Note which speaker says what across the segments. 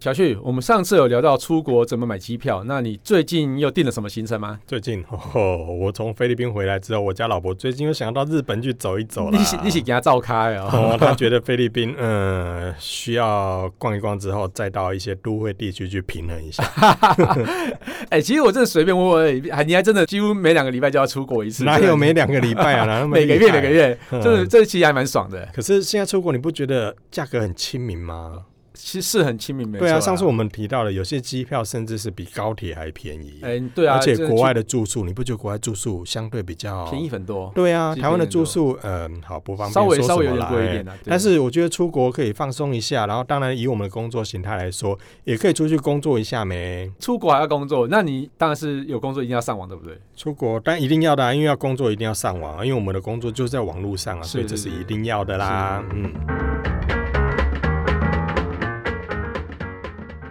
Speaker 1: 小旭，我们上次有聊到出国怎么买机票，那你最近又订了什么行程吗？
Speaker 2: 最近， 哦、我从菲律宾回来之后，我家老婆最近又想到日本去走一走
Speaker 1: 你
Speaker 2: 啦。
Speaker 1: 是你是给他照开哦。
Speaker 2: 哦，她觉得菲律宾，嗯，需要逛一逛之后，再到一些都会地区去平衡一 下。
Speaker 1: 哎、其实我真的随便问问而已，还你还真的几乎每两个礼拜就要出国一次，
Speaker 2: 哪
Speaker 1: 真的
Speaker 2: 有每两个礼拜啊？哪 那么
Speaker 1: 每个月
Speaker 2: 厉害
Speaker 1: 每个？月，
Speaker 2: 嗯
Speaker 1: 这这其实还蛮爽的，
Speaker 2: 可是现在出国，你不觉得价格很亲民吗？
Speaker 1: 其实是很亲民，没错
Speaker 2: 对
Speaker 1: 啦。
Speaker 2: 啊，上次我们提到了，有些机票甚至是比高铁还便宜，
Speaker 1: 哎、对啊，
Speaker 2: 而且
Speaker 1: 真的
Speaker 2: 国
Speaker 1: 去
Speaker 2: 外的住宿，你不觉得国外住宿相对比较
Speaker 1: 便宜？很多，
Speaker 2: 对啊，
Speaker 1: 其实
Speaker 2: 台湾的
Speaker 1: 便宜很多
Speaker 2: 住宿，嗯，好不方便，
Speaker 1: 稍微
Speaker 2: 说
Speaker 1: 稍微
Speaker 2: 什
Speaker 1: 有点
Speaker 2: 么啦
Speaker 1: 贵一
Speaker 2: 哎
Speaker 1: 点啊。对
Speaker 2: 但是我觉得出国可以放松一下，然后当然以我们的工作形态来说，也可以出去工作一下没。
Speaker 1: 出国还要工作，那你当然是有工作一定要上网，对不对？
Speaker 2: 出国但一定要的、啊，因为要工作一定要上网、啊，因为我们的工作就是在网络上啊，
Speaker 1: 是
Speaker 2: 所以这是一定要的啦。嗯。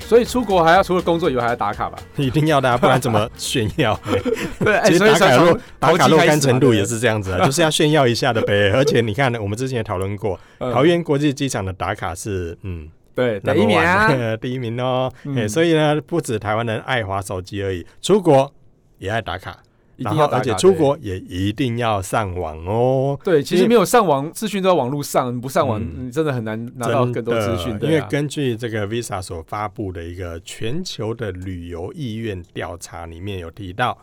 Speaker 1: 所以出国还要除了工作以外还要打卡吧？
Speaker 2: 一定要的、啊，不然怎么炫 耀？
Speaker 1: 对，哎
Speaker 2: 其实
Speaker 1: 所以
Speaker 2: 打卡
Speaker 1: 从
Speaker 2: 若打卡若干程度也，
Speaker 1: 从头期开始嘛
Speaker 2: 是这样子啊，就是要炫耀一下的呗。而且你看，我们之前也讨论过，
Speaker 1: 对不对
Speaker 2: 桃园国际机场的打卡是嗯
Speaker 1: 呃对
Speaker 2: ，number
Speaker 1: 嗯第一名啊，
Speaker 2: one，第一 名哦。
Speaker 1: 嗯
Speaker 2: 哎，所以呢，不止台湾人爱滑手机而已，出国也爱打卡，
Speaker 1: 一
Speaker 2: 然
Speaker 1: 定
Speaker 2: 后
Speaker 1: 要打卡
Speaker 2: 而且出。国也一定要上网哦。
Speaker 1: 对，对其
Speaker 2: 因
Speaker 1: 实
Speaker 2: 为
Speaker 1: 没有上网，资讯都在网络上，你不上网，
Speaker 2: 嗯
Speaker 1: 你真的很难拿到更多资讯。
Speaker 2: 真的因
Speaker 1: 对
Speaker 2: 为
Speaker 1: 啊
Speaker 2: 根据这个 Visa 所发布的一个全球的旅游意愿调查里面有提到，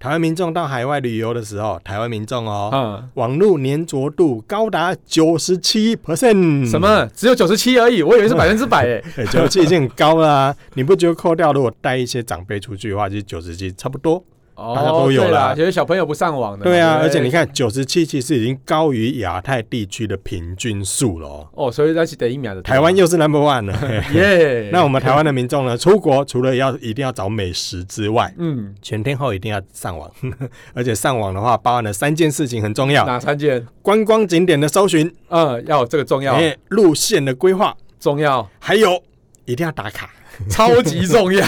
Speaker 2: 台湾民众到海外旅游的时候，台湾民众哦，
Speaker 1: 嗯，
Speaker 2: 网络粘着度高达九十七 percent，
Speaker 1: 什？么嗯只有九十七而已，我以为是百分之百 诶。
Speaker 2: 九十七已经很高了、啊，你不觉得扣掉如果带一些长辈出去的话，其实九十七差不多。
Speaker 1: 哦，
Speaker 2: 大家都有
Speaker 1: 对啦
Speaker 2: 啦
Speaker 1: 有些小朋友不上网的嘛。哎
Speaker 2: 对啊，
Speaker 1: 不
Speaker 2: 而且你看九十七其实已经高于亚太地区的平均数了、哦。
Speaker 1: 哦，所以那是得一秒的
Speaker 2: 台湾又是 number one 了。嘿
Speaker 1: 耶。
Speaker 2: 那我们台湾的民众呢，出国除了要一定要找美食之外，
Speaker 1: 嗯，
Speaker 2: 全天候一定要上网， 而且上网的话包含了三件事情很重要：
Speaker 1: 哪三件？
Speaker 2: 观光景点的搜寻、
Speaker 1: 嗯，要有这个重要，
Speaker 2: 哎路线的规划，
Speaker 1: 重要，
Speaker 2: 还有一定要打卡。
Speaker 1: 超级重 要。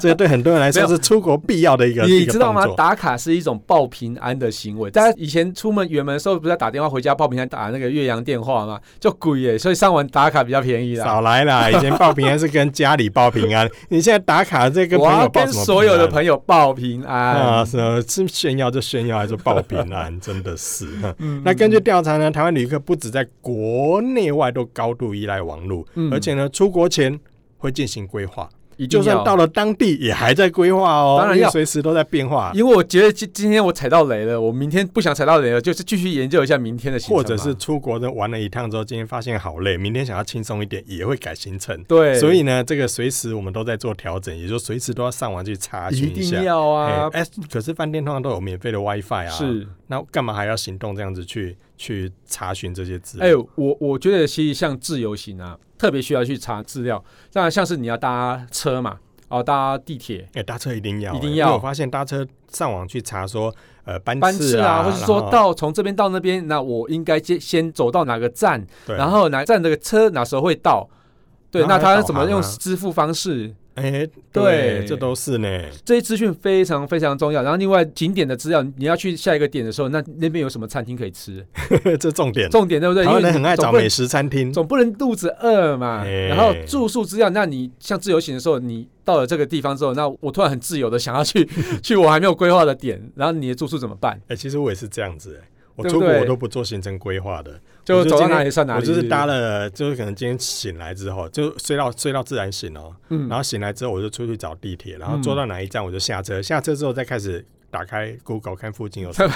Speaker 2: 这对很多人来说是出国必要的一个
Speaker 1: 你知道吗
Speaker 2: 一个？动作
Speaker 1: 打卡是一种报平安的行为。大家以前出门远门的时候，不是要打电话回家报平安，打那个岳阳电话吗？就贵耶，所以上网打卡比较便宜啦。
Speaker 2: 少来 啦！以前报平安是跟家里报平安， 你现在打卡这个
Speaker 1: 我
Speaker 2: 朋
Speaker 1: 要
Speaker 2: 友报
Speaker 1: 跟
Speaker 2: 什么
Speaker 1: 所有的
Speaker 2: 友
Speaker 1: 朋友报平安
Speaker 2: 啊，。是啊是炫耀就炫耀，还是报平安？真的是。
Speaker 1: 嗯
Speaker 2: 那根据调查呢，台湾旅客不止在国内外都高度依赖网络，
Speaker 1: 嗯
Speaker 2: 而且呢，出国前会进行规划，
Speaker 1: 一定
Speaker 2: 就算
Speaker 1: 要
Speaker 2: 到了当地也还在规划哦，
Speaker 1: 当然要
Speaker 2: 因为随时都在变化。
Speaker 1: 因为我觉得今今天我踩到雷了，我明天不想踩到雷了，就是继续研究一下明天的行程嘛，
Speaker 2: 或者是出国的玩了一趟之后，今天发现好累，明天想要轻松一点，也会改行程。
Speaker 1: 对，
Speaker 2: 所以呢，这个随时我们都在做调整，也就随时都要上网去查询
Speaker 1: 一
Speaker 2: 下
Speaker 1: 定。要啊，
Speaker 2: 哎、哎可是饭店通常都有免费的 WiFi 啊，，
Speaker 1: 是。
Speaker 2: 那干嘛还要行动这样子去去查询这些资
Speaker 1: 哎、
Speaker 2: 料？
Speaker 1: 我我觉得其实像自由行啊，特别需要去查资料。那像是你要搭车嘛，哦，搭地铁、
Speaker 2: 哎、搭车一定要、
Speaker 1: 一定
Speaker 2: 哎
Speaker 1: 要
Speaker 2: 因为我发现搭车上网去查说，呃，班
Speaker 1: 班
Speaker 2: 次
Speaker 1: 次
Speaker 2: 啊，
Speaker 1: 啊，或是
Speaker 2: 然
Speaker 1: 说
Speaker 2: 后
Speaker 1: 到从这边到那边，那我应该先先走到哪个站，
Speaker 2: 对
Speaker 1: 然后哪站的车哪时候会到？对，
Speaker 2: 然后
Speaker 1: 那
Speaker 2: 还
Speaker 1: 他
Speaker 2: 导
Speaker 1: 怎么
Speaker 2: 航
Speaker 1: 用
Speaker 2: 啊
Speaker 1: 支付方式？
Speaker 2: 哎、
Speaker 1: 对
Speaker 2: 对，这都是呢。
Speaker 1: 这些资讯非常非常重要。然后另外景点的资料，你要去下一个点的时候，那那边有什么餐厅可以吃？
Speaker 2: 这重点，
Speaker 1: 重点对不对？
Speaker 2: 台
Speaker 1: 因为
Speaker 2: 湾人
Speaker 1: 你
Speaker 2: 很爱
Speaker 1: 总
Speaker 2: 找
Speaker 1: 不能
Speaker 2: 美食餐厅。
Speaker 1: 总不能肚子饿嘛。
Speaker 2: 哎
Speaker 1: 然后住宿资料，那你像自由行的时候，你到了这个地方之后，那我突然很自由的想要去 去我还没有规划的点，然后你的住宿怎么办？
Speaker 2: 哎、其实我也是这样子、哎，我
Speaker 1: 对不
Speaker 2: 出国
Speaker 1: 对
Speaker 2: 我都不做行程规划的，
Speaker 1: 就
Speaker 2: 我就
Speaker 1: 走到
Speaker 2: 今天
Speaker 1: 哪里算哪里。
Speaker 2: 我就是
Speaker 1: 不
Speaker 2: 搭，了，就是可能今天醒来之后，就睡到睡到自然醒哦、
Speaker 1: 嗯
Speaker 2: 然后醒来之后我就出去找地铁，然后
Speaker 1: 嗯
Speaker 2: 坐到哪一站我就下车，下车之后再开始打开 Google 看附近有什么，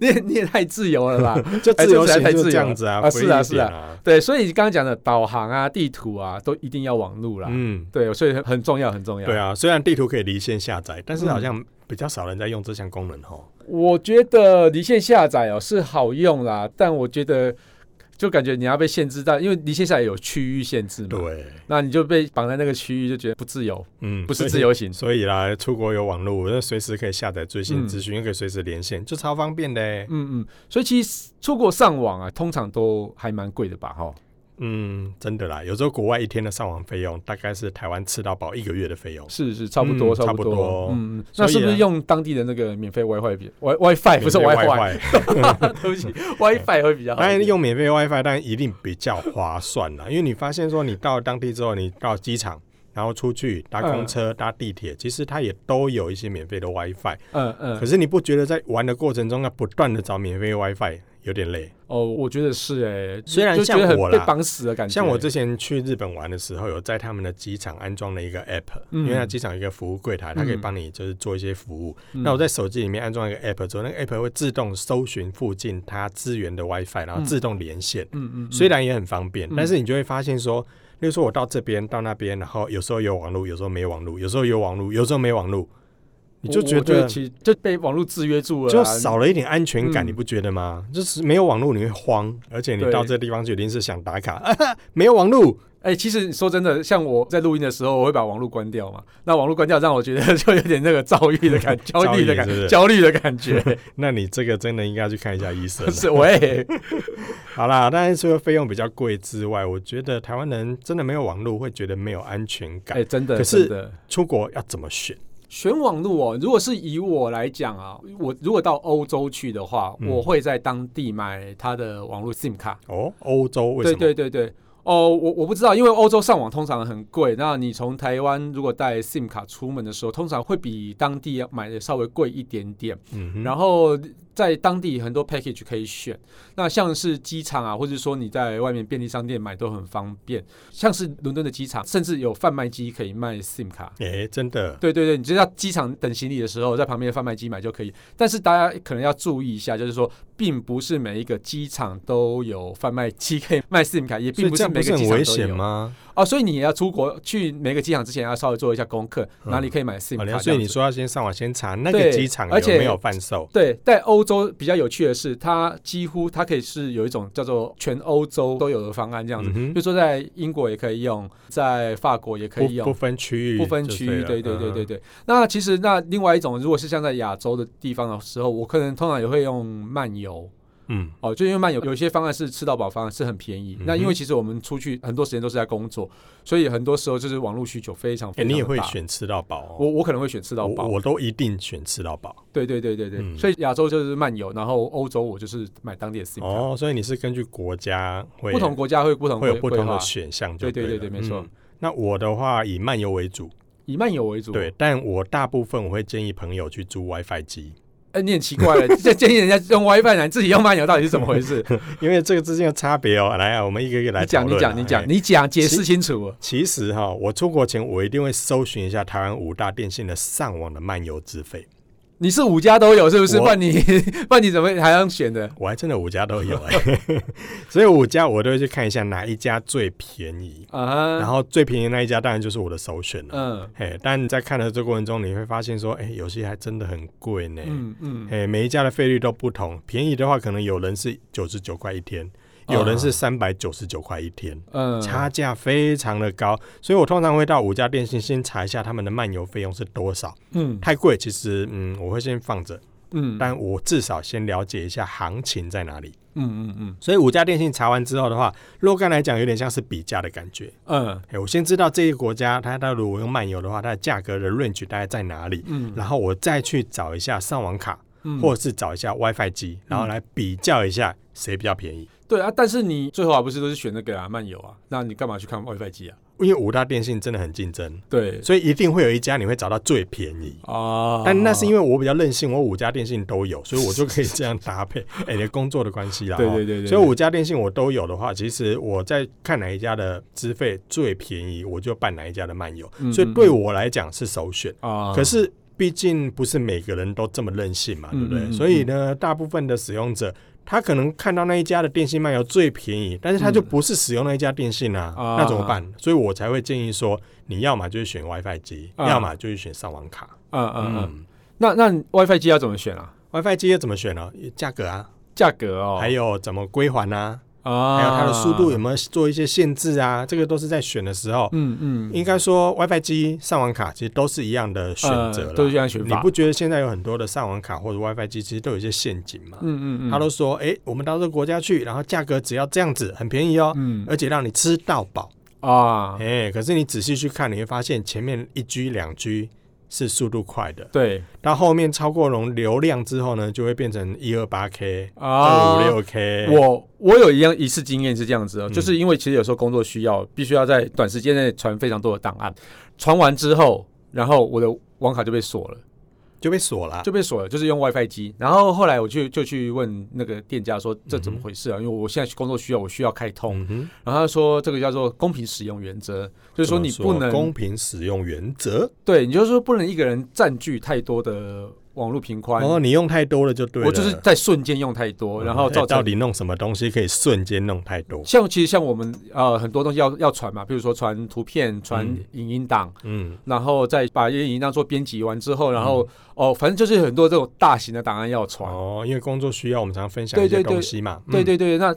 Speaker 1: 你也你也太自由了 吧？
Speaker 2: 就自由
Speaker 1: 哎这实在
Speaker 2: 行
Speaker 1: 太
Speaker 2: 就
Speaker 1: 自
Speaker 2: 这
Speaker 1: 由
Speaker 2: 样子啊，
Speaker 1: 了啊
Speaker 2: 规
Speaker 1: 是啊
Speaker 2: 律一点
Speaker 1: 是
Speaker 2: 啊，
Speaker 1: 对，所以你刚刚讲的导航啊、地图啊，都一定要网路啦。
Speaker 2: 嗯，
Speaker 1: 对，啊所以很很重要，很重要。
Speaker 2: 对啊，虽然地图可以离线下载，但是
Speaker 1: 嗯
Speaker 2: 好像比较少人在用这项功能哦。
Speaker 1: 我觉得离线下载哦是好用啦，但我觉得就感觉你要被限制到，因为离线下也有区域限制嘛，
Speaker 2: 对，
Speaker 1: 那你就被绑在那个区域，就觉得不自由，
Speaker 2: 嗯，
Speaker 1: 不
Speaker 2: 所
Speaker 1: 是
Speaker 2: 以
Speaker 1: 自。由行。
Speaker 2: 所以啦，出国有网络，那随时可以下载最新资讯，又可以随时连线，就超方便的。
Speaker 1: 嗯嗯，所以其实出国上网啊，通常都还蛮贵的吧，哈。
Speaker 2: 嗯，真的啦，有时候国外一天的上网费用大概是台湾吃到饱一个月的费用。
Speaker 1: 是是，差不多，
Speaker 2: 嗯
Speaker 1: 差不
Speaker 2: 差不多
Speaker 1: 嗯嗯，
Speaker 2: 所
Speaker 1: 那
Speaker 2: 以啊
Speaker 1: 是不是用当地的那个免费 WiFi 比 Wi WiFi 哎不是
Speaker 2: 免费
Speaker 1: WiFi，对不起 WiFi 会比较好一点。
Speaker 2: 当然用免费 WiFi，当然一定比较划算啦，因为你发现说你到当地之后，你到机场，然后出去搭
Speaker 1: 嗯
Speaker 2: 公车、搭地铁，其实它也都有一些免费的 WiFi。
Speaker 1: 嗯嗯
Speaker 2: 可，是你不觉得在玩的过程中要不断的找免费 WiFi 有点累？
Speaker 1: 哦，我觉得是哎，
Speaker 2: 虽然
Speaker 1: 就觉
Speaker 2: 像
Speaker 1: 得
Speaker 2: 我
Speaker 1: 很
Speaker 2: 啦
Speaker 1: 被绑死的感觉。
Speaker 2: 像我之前去日本玩的时候，有在他们的机场安装了一个 app，、
Speaker 1: 嗯
Speaker 2: 因为它机场有一个服务柜台，它可以帮你就是做一些服务。
Speaker 1: 嗯，
Speaker 2: 那我在手机里面安装一个 app 之后，那个 app 会自动搜寻附近它资源的 WiFi，然后自动连线。
Speaker 1: 嗯嗯，嗯
Speaker 2: 虽然也很方便，
Speaker 1: 嗯
Speaker 2: 但是你就会发现说，例如说我到这边到那边，然后有时候有网络，有时候没网络，有时候有网络，有时候没网络，你就
Speaker 1: 我
Speaker 2: 觉
Speaker 1: 我觉
Speaker 2: 得
Speaker 1: 得其实就被网络制约住了啦，啊
Speaker 2: 就少了一点安全感，
Speaker 1: 嗯
Speaker 2: 你不觉得吗？就是没有网络你会慌，而且你
Speaker 1: 对
Speaker 2: 到这地方去一定是想打卡， 啊哈、没有网络，
Speaker 1: 哎、其实说真的，像我在录音的时候，我会把网络关掉嘛。那网络关掉，让我觉得就有点那个躁郁的 感焦虑的感
Speaker 2: 是不是
Speaker 1: 焦虑的感 觉。
Speaker 2: 那你这个真的应该去看一下医 生。
Speaker 1: 是 喂，
Speaker 2: 好啦，当然除了费用比较贵之外，我觉得台湾人真的没有网络会觉得没有安全
Speaker 1: 哎、
Speaker 2: 感。
Speaker 1: 真的，
Speaker 2: 可是
Speaker 1: 真的
Speaker 2: 出国要怎么选？
Speaker 1: 选网络哦。如果是以我来讲啊，我如果到欧洲去的话，
Speaker 2: 嗯
Speaker 1: 我会在当地买它的网络 SIM 卡。
Speaker 2: 哦，欧洲为什
Speaker 1: 对
Speaker 2: 么？
Speaker 1: 对对对。哦，我我不知道，因为欧洲上网通常很贵。那你从台湾如果带 SIM 卡出门的时候，通常会比当地要买的稍微贵一点点。
Speaker 2: 嗯哼，
Speaker 1: 然后在当地很多 package 可以选，那像是机场啊，或者说你在外面便利商店买都很方便。像是伦敦的机场，甚至有贩卖机可以卖 SIM 卡。
Speaker 2: 哎、真的，
Speaker 1: 对对对，你就到机场等行李的时候，在旁边的贩卖机买就可以。但是大家可能要注意一下，就是说，并不是每一个机场都有贩卖机可以卖 SIM 卡，也
Speaker 2: 所
Speaker 1: 并
Speaker 2: 以
Speaker 1: 不
Speaker 2: 这
Speaker 1: 是
Speaker 2: 样不
Speaker 1: 每
Speaker 2: 是
Speaker 1: 个
Speaker 2: 很
Speaker 1: 机场
Speaker 2: 危
Speaker 1: 都
Speaker 2: 险
Speaker 1: 有。
Speaker 2: 吗？
Speaker 1: 哦，所以你也要出国去每个机场之前，要稍微做一下功课，
Speaker 2: 嗯
Speaker 1: 哪里可以买 SIM
Speaker 2: 好
Speaker 1: 卡这
Speaker 2: 的，
Speaker 1: 样子。
Speaker 2: 所以你说要先上网先查那个
Speaker 1: 对
Speaker 2: 机场
Speaker 1: 而
Speaker 2: 有
Speaker 1: 且
Speaker 2: 没有贩售，
Speaker 1: 对，在欧洲比较有趣的是，它几乎它可以是有一种叫做全欧洲都有的方案这样子，
Speaker 2: 嗯哼
Speaker 1: 比如说在英国也可以用，在法国也可
Speaker 2: 不
Speaker 1: 以
Speaker 2: 不
Speaker 1: 用。
Speaker 2: 分区域，
Speaker 1: 不分区域，对对对对
Speaker 2: 对了，嗯
Speaker 1: 对。那其实那另外一种，如果是像在亚洲的地方的时候，我可能通常也会用漫游
Speaker 2: 嗯
Speaker 1: 哦，就因为漫游有些方案是吃到饱方案是很便宜。
Speaker 2: 嗯哼
Speaker 1: 那因为其实我们出去很多时间都是在工作，所以很多时候就是网络需求非常
Speaker 2: 哎，
Speaker 1: 非常
Speaker 2: 你
Speaker 1: 大。
Speaker 2: 也会？选吃到饱哦，
Speaker 1: 我我可能会选吃到饱
Speaker 2: 我。我都一定选吃到饱
Speaker 1: 对对对对对，
Speaker 2: 嗯
Speaker 1: 所以亚洲就是漫游，然后欧洲我就是买当地的 SIM 卡。
Speaker 2: 哦，所以你是根据国家会
Speaker 1: 不同国家会有不同
Speaker 2: 会有
Speaker 1: 规
Speaker 2: 不同
Speaker 1: 规划
Speaker 2: 的选项就
Speaker 1: 对对
Speaker 2: 对
Speaker 1: 对
Speaker 2: 了
Speaker 1: 对没错
Speaker 2: 嗯那我的话以漫游为主，
Speaker 1: 以漫游为主。
Speaker 2: 对，，但我大部分我会建议朋友去租 WiFi 机，
Speaker 1: 哎、你很奇怪了，这建议人家用 WiFi 来自己用漫游，到底是怎么回事？
Speaker 2: 因为这个之间的差别哦。来啊，我们一个一 个来
Speaker 1: 你讲，
Speaker 2: 讨
Speaker 1: 你
Speaker 2: 论啊
Speaker 1: 讲，你讲，
Speaker 2: 哎
Speaker 1: 你讲，解释清楚。
Speaker 2: 其实哈、我出国前我一定会搜寻一下台湾五大电信的上网的漫游资费，
Speaker 1: 你是五家都有是不是？
Speaker 2: 我
Speaker 1: 不然你 不然你怎么还要选的？
Speaker 2: 我还真的五家都有哎、 所以五家我都会去看一下哪一家最便宜，
Speaker 1: 啊
Speaker 2: 然
Speaker 1: 哈，
Speaker 2: 后最便宜那一家当然就是我的首选了。
Speaker 1: 嗯
Speaker 2: 嘿，但在看的这过程中，你会发现说，哎、有些还真的很贵呢。
Speaker 1: 嗯嗯，
Speaker 2: 哎，每一家的费率都不同，便宜的话可能有人是九十九块一天，有人是三百九十九块一天，
Speaker 1: 嗯，
Speaker 2: 差价非常的高。所以我通常会到五家电信先查一下他们的漫游费用是多少，
Speaker 1: 嗯
Speaker 2: 太贵其实嗯我会先放着，
Speaker 1: 嗯嗯
Speaker 2: 但我至少先了解一下行情在哪里。
Speaker 1: 嗯嗯
Speaker 2: 所以五家电信查完之后的话，若干来讲有点像是比价的感觉。
Speaker 1: 嗯
Speaker 2: 哎，我先知道这个国家它它如果用漫游的话，它的价格的 range 大概在哪里，
Speaker 1: 嗯
Speaker 2: 然后我再去找一下上网卡。
Speaker 1: 嗯，
Speaker 2: 或者是找一下 WiFi 机，然后来比较一下谁比较便宜。
Speaker 1: 对啊，但是你最后还不是都是选那个啊漫游啊？那你干嘛去看 WiFi 机啊？
Speaker 2: 因为五大电信真的很竞争，
Speaker 1: 对
Speaker 2: 所以一定会有一家你会找到最便宜。
Speaker 1: 啊，
Speaker 2: 但那是因
Speaker 1: 为
Speaker 2: 为我比较任性，我五家电信都有，所以我就可以这样搭配。哎、你工作的关系啦，
Speaker 1: 对
Speaker 2: 哦
Speaker 1: 对对对，
Speaker 2: 所以五家电信我都有的话，其实我在看哪一家的资费最便宜，我就办哪一家的漫游。
Speaker 1: 嗯
Speaker 2: 所以对我来讲是首选。
Speaker 1: 啊，
Speaker 2: 可是毕竟不是每个人都这么任性嘛，对不对？
Speaker 1: 嗯嗯嗯
Speaker 2: 所以呢，大部分的使用者他可能看到那一家的电信漫游最便宜，但是他就不是使用那一家电信啊，
Speaker 1: 啊
Speaker 2: 那怎么办？所以我才会建议说，你要么就是选 WiFi 机，
Speaker 1: 啊
Speaker 2: 要么就是选上网卡。
Speaker 1: 嗯嗯嗯，
Speaker 2: 嗯
Speaker 1: 那那 WiFi 机要怎么选啊？
Speaker 2: ，WiFi 机要怎么选呢、价格啊，
Speaker 1: 价格哦，
Speaker 2: 还有怎么归还啊？
Speaker 1: 啊，
Speaker 2: 还有它的速度有没有做一些限制啊？这个都是在选的时候，
Speaker 1: 嗯嗯，
Speaker 2: 应该说 WiFi 机、上网卡其实都是一样的选择
Speaker 1: 呃
Speaker 2: 啦
Speaker 1: 都是这样选
Speaker 2: 你
Speaker 1: 法，
Speaker 2: 不觉得现在有很多的上网卡或者 WiFi 机其实都有一些陷阱吗？
Speaker 1: 嗯嗯嗯，
Speaker 2: 他都说，哎、我们到这个国家去，然后价格只要这样子，很便宜哦，
Speaker 1: 嗯
Speaker 2: 而且让你吃到饱。
Speaker 1: 啊，
Speaker 2: 哎、可是你仔细去看，你会发现前面一 G、两 G 是速度快的，
Speaker 1: 对
Speaker 2: 到后面超过容流量之后呢，就会变成一二八 K、
Speaker 1: 啊，
Speaker 2: 二五六 K。
Speaker 1: 我我有一样一次经验是这样子哦，
Speaker 2: 嗯
Speaker 1: 就是因为其实有时候工作需要，必须要在短时间内传非常多的档案，传完之后，然后我的网卡就被锁了，
Speaker 2: 就被锁了。
Speaker 1: 就被锁了，就是用 WiFi 机。然后后来我去就去问那个店家说这怎么回事啊？因为我现在工作需要，我需要开通。
Speaker 2: 嗯哼，
Speaker 1: 然后他说这个叫做公平使用原则，就是说你
Speaker 2: 怎
Speaker 1: 不
Speaker 2: 么
Speaker 1: 能
Speaker 2: 公平使用原则。
Speaker 1: 对，你就是说不能一个人占据太多的网络频宽。
Speaker 2: 哦，你用太多了就对了。
Speaker 1: 我就是在瞬间用太多，
Speaker 2: 嗯，
Speaker 1: 然后
Speaker 2: 哎
Speaker 1: 造成
Speaker 2: 到底弄什么东西可以瞬间弄太多？
Speaker 1: 像其实像我们呃很多东西要要传嘛，比如说传图片、传
Speaker 2: 嗯
Speaker 1: 影音档，
Speaker 2: 嗯，
Speaker 1: 然后再把这些影音档做编辑完之后，然后、哦，反正就是很多这种大型的档案要传。
Speaker 2: 哦，因为工作需要，我们常分享
Speaker 1: 对
Speaker 2: 一些
Speaker 1: 对对
Speaker 2: 东西嘛。
Speaker 1: 对
Speaker 2: 嗯
Speaker 1: 对对，那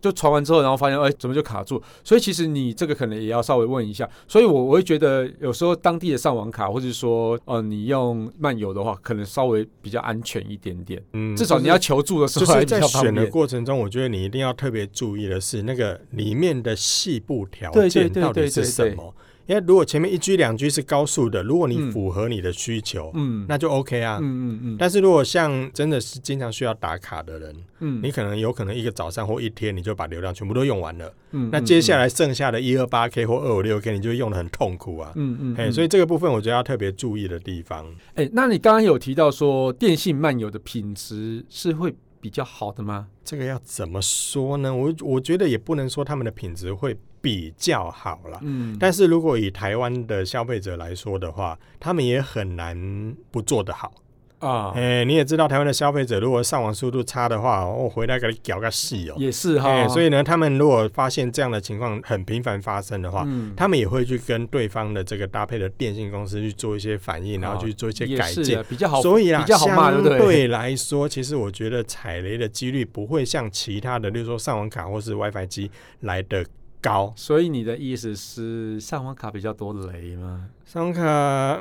Speaker 1: 就传完之后，然后发现哎怎么就卡住？所以其实你这个可能也要稍微问一下。所以我我会觉得有时候当地的上网卡，或者说呃你用漫游的话，可能稍微比较安全一点点。
Speaker 2: 嗯
Speaker 1: 至少你要求助的时
Speaker 2: 就
Speaker 1: 候还
Speaker 2: 是
Speaker 1: 比
Speaker 2: 在
Speaker 1: 较方
Speaker 2: 选的
Speaker 1: 便。嗯
Speaker 2: 过程中，我觉得你一定要特别注意的是那个里面的细部条
Speaker 1: 对对
Speaker 2: 件
Speaker 1: 对
Speaker 2: 到底
Speaker 1: 对
Speaker 2: 是
Speaker 1: 对
Speaker 2: 什
Speaker 1: 对
Speaker 2: 么。因为如果前面一居两居是高速的，如果你
Speaker 1: 嗯
Speaker 2: 符合你的需求，
Speaker 1: 嗯
Speaker 2: 那就 OK 啊。
Speaker 1: 嗯嗯嗯
Speaker 2: 但是如果像真的是经常需要打卡的人，
Speaker 1: 嗯，
Speaker 2: 你可能有可能一个早上或一天你就把流量全部都用完了，
Speaker 1: 嗯
Speaker 2: 那接下
Speaker 1: 来
Speaker 2: 来剩下的一二八 K 或二五六 K 你就用的很痛苦啊。
Speaker 1: 嗯嗯，
Speaker 2: 哎、
Speaker 1: 嗯
Speaker 2: 所以这个部分我觉得要特别注意的地方。
Speaker 1: 哎、那你刚刚有提到说电信漫游的品质是会比较好的吗？
Speaker 2: 这个要怎么说呢？我我觉得也不能说他们的品质会比较好啦。
Speaker 1: 嗯，
Speaker 2: 但是如果以台湾的消费者来说的话，他们也很难不做得好。
Speaker 1: 啊、
Speaker 2: 哎、你也知道台湾的消费者如果上网速度差的话，我、回来给你搞个戏哦。
Speaker 1: 也是哈、
Speaker 2: 哎、所以呢，他们如果发现这样的情况很频繁发生的话，
Speaker 1: 嗯，
Speaker 2: 他们也会去跟对方的这个搭配的电信公司去做一些反应，然后
Speaker 1: 哦
Speaker 2: 去做一些
Speaker 1: 也
Speaker 2: 改
Speaker 1: 是
Speaker 2: 进。
Speaker 1: 啊比较好，
Speaker 2: 所以啊，
Speaker 1: 比较好骂
Speaker 2: 相
Speaker 1: 对不对
Speaker 2: 对来说，其实我觉得踩雷的几率不会像其他的，例如说上网卡或是 WiFi 机来的高。
Speaker 1: 所以你的意思是上网卡比较多雷吗？
Speaker 2: 上网卡，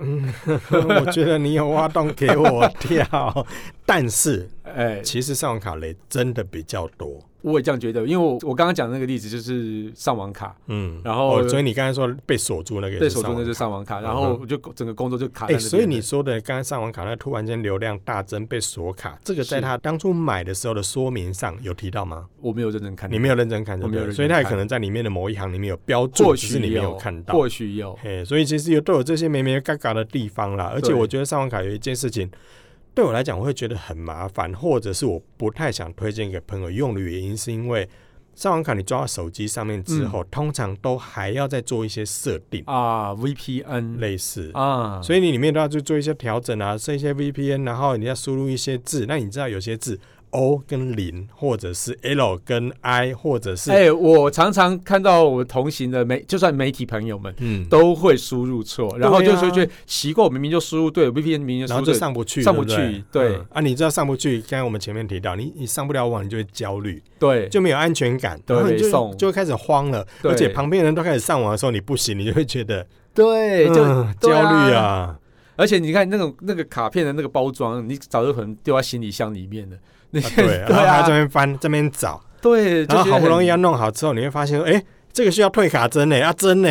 Speaker 2: 嗯，我觉得你有挖洞给我跳，但是
Speaker 1: 哎、
Speaker 2: 其实上网卡雷真的比较多。
Speaker 1: 我也这样觉得，因为我我刚刚讲的那个例子就是上网卡
Speaker 2: 嗯，
Speaker 1: 然后
Speaker 2: 哦所以你刚才说被锁住那个也
Speaker 1: 被
Speaker 2: 是
Speaker 1: 锁住，
Speaker 2: 上网
Speaker 1: 那就是
Speaker 2: 卡
Speaker 1: 上网卡，
Speaker 2: 嗯
Speaker 1: 然后我就整个工作就卡在
Speaker 2: 哎、
Speaker 1: 那边了、
Speaker 2: 所以你说的刚才上网卡，那突然间流量大增被锁卡，这个在
Speaker 1: 是
Speaker 2: 他当初买的时候的说明上有提到吗？
Speaker 1: 我没有认真看，
Speaker 2: 你没有认真看
Speaker 1: 嗯
Speaker 2: 就
Speaker 1: 我没有
Speaker 2: 对了，
Speaker 1: 认真
Speaker 2: 所以他也可能在里面的某一行里面有标注，
Speaker 1: 或
Speaker 2: 只是
Speaker 1: 许
Speaker 2: 你没有看到。
Speaker 1: 或许有，
Speaker 2: 嘿，所以其实有都有这些没没嘎嘎的地方啦。而且
Speaker 1: 对
Speaker 2: 我觉得上网卡有一件事情，对我来讲我会觉得很麻烦，或者是我不太想推荐给朋友用的原因，是因为上网卡你装到手机上面之
Speaker 1: 嗯
Speaker 2: 后，通常都还要再做一些设定，
Speaker 1: 啊，VPN
Speaker 2: 类似。
Speaker 1: 啊，
Speaker 2: 所以你里面都要去做一些调整啊，设一些 VPN，然后你要输入一些字。那你知道有些字 O 跟零，或者是 L 跟 I，或者是、
Speaker 1: 哎、我常常看到我同行的媒，就算媒体朋友们
Speaker 2: 嗯，
Speaker 1: 都会输入错，然后
Speaker 2: 对
Speaker 1: 就
Speaker 2: 啊
Speaker 1: 是觉得奇怪，我明明就输入对了，VPN 明明就输
Speaker 2: 然后
Speaker 1: 入
Speaker 2: 就
Speaker 1: 对，
Speaker 2: 上不去，
Speaker 1: 上不
Speaker 2: 对对
Speaker 1: 去对
Speaker 2: 嗯啊，你知道上不去，刚才我们前面提到，你你上不了网，你就会焦虑，
Speaker 1: 对，
Speaker 2: 就没有安全感，
Speaker 1: 对
Speaker 2: 然后你
Speaker 1: 没
Speaker 2: 就
Speaker 1: 送
Speaker 2: 就会开始慌了，
Speaker 1: 对
Speaker 2: 而且旁边人都开始上网的时候，你不行，你就会觉得
Speaker 1: 对，就、
Speaker 2: 嗯焦
Speaker 1: 对啊
Speaker 2: 虑啊，
Speaker 1: 而且你看那种那个卡片的那个包装，你早就可能丢在行李箱里面了， 那
Speaker 2: 啊
Speaker 1: 些、
Speaker 2: 对，然
Speaker 1: 对
Speaker 2: 后还要这
Speaker 1: 啊，
Speaker 2: 边翻这边找，
Speaker 1: 对， 就
Speaker 2: 然后
Speaker 1: 觉得
Speaker 2: 好不容易
Speaker 1: 很
Speaker 2: 要弄好之后，你会发现说，哎。这个需要退卡针呢，啊 针呢，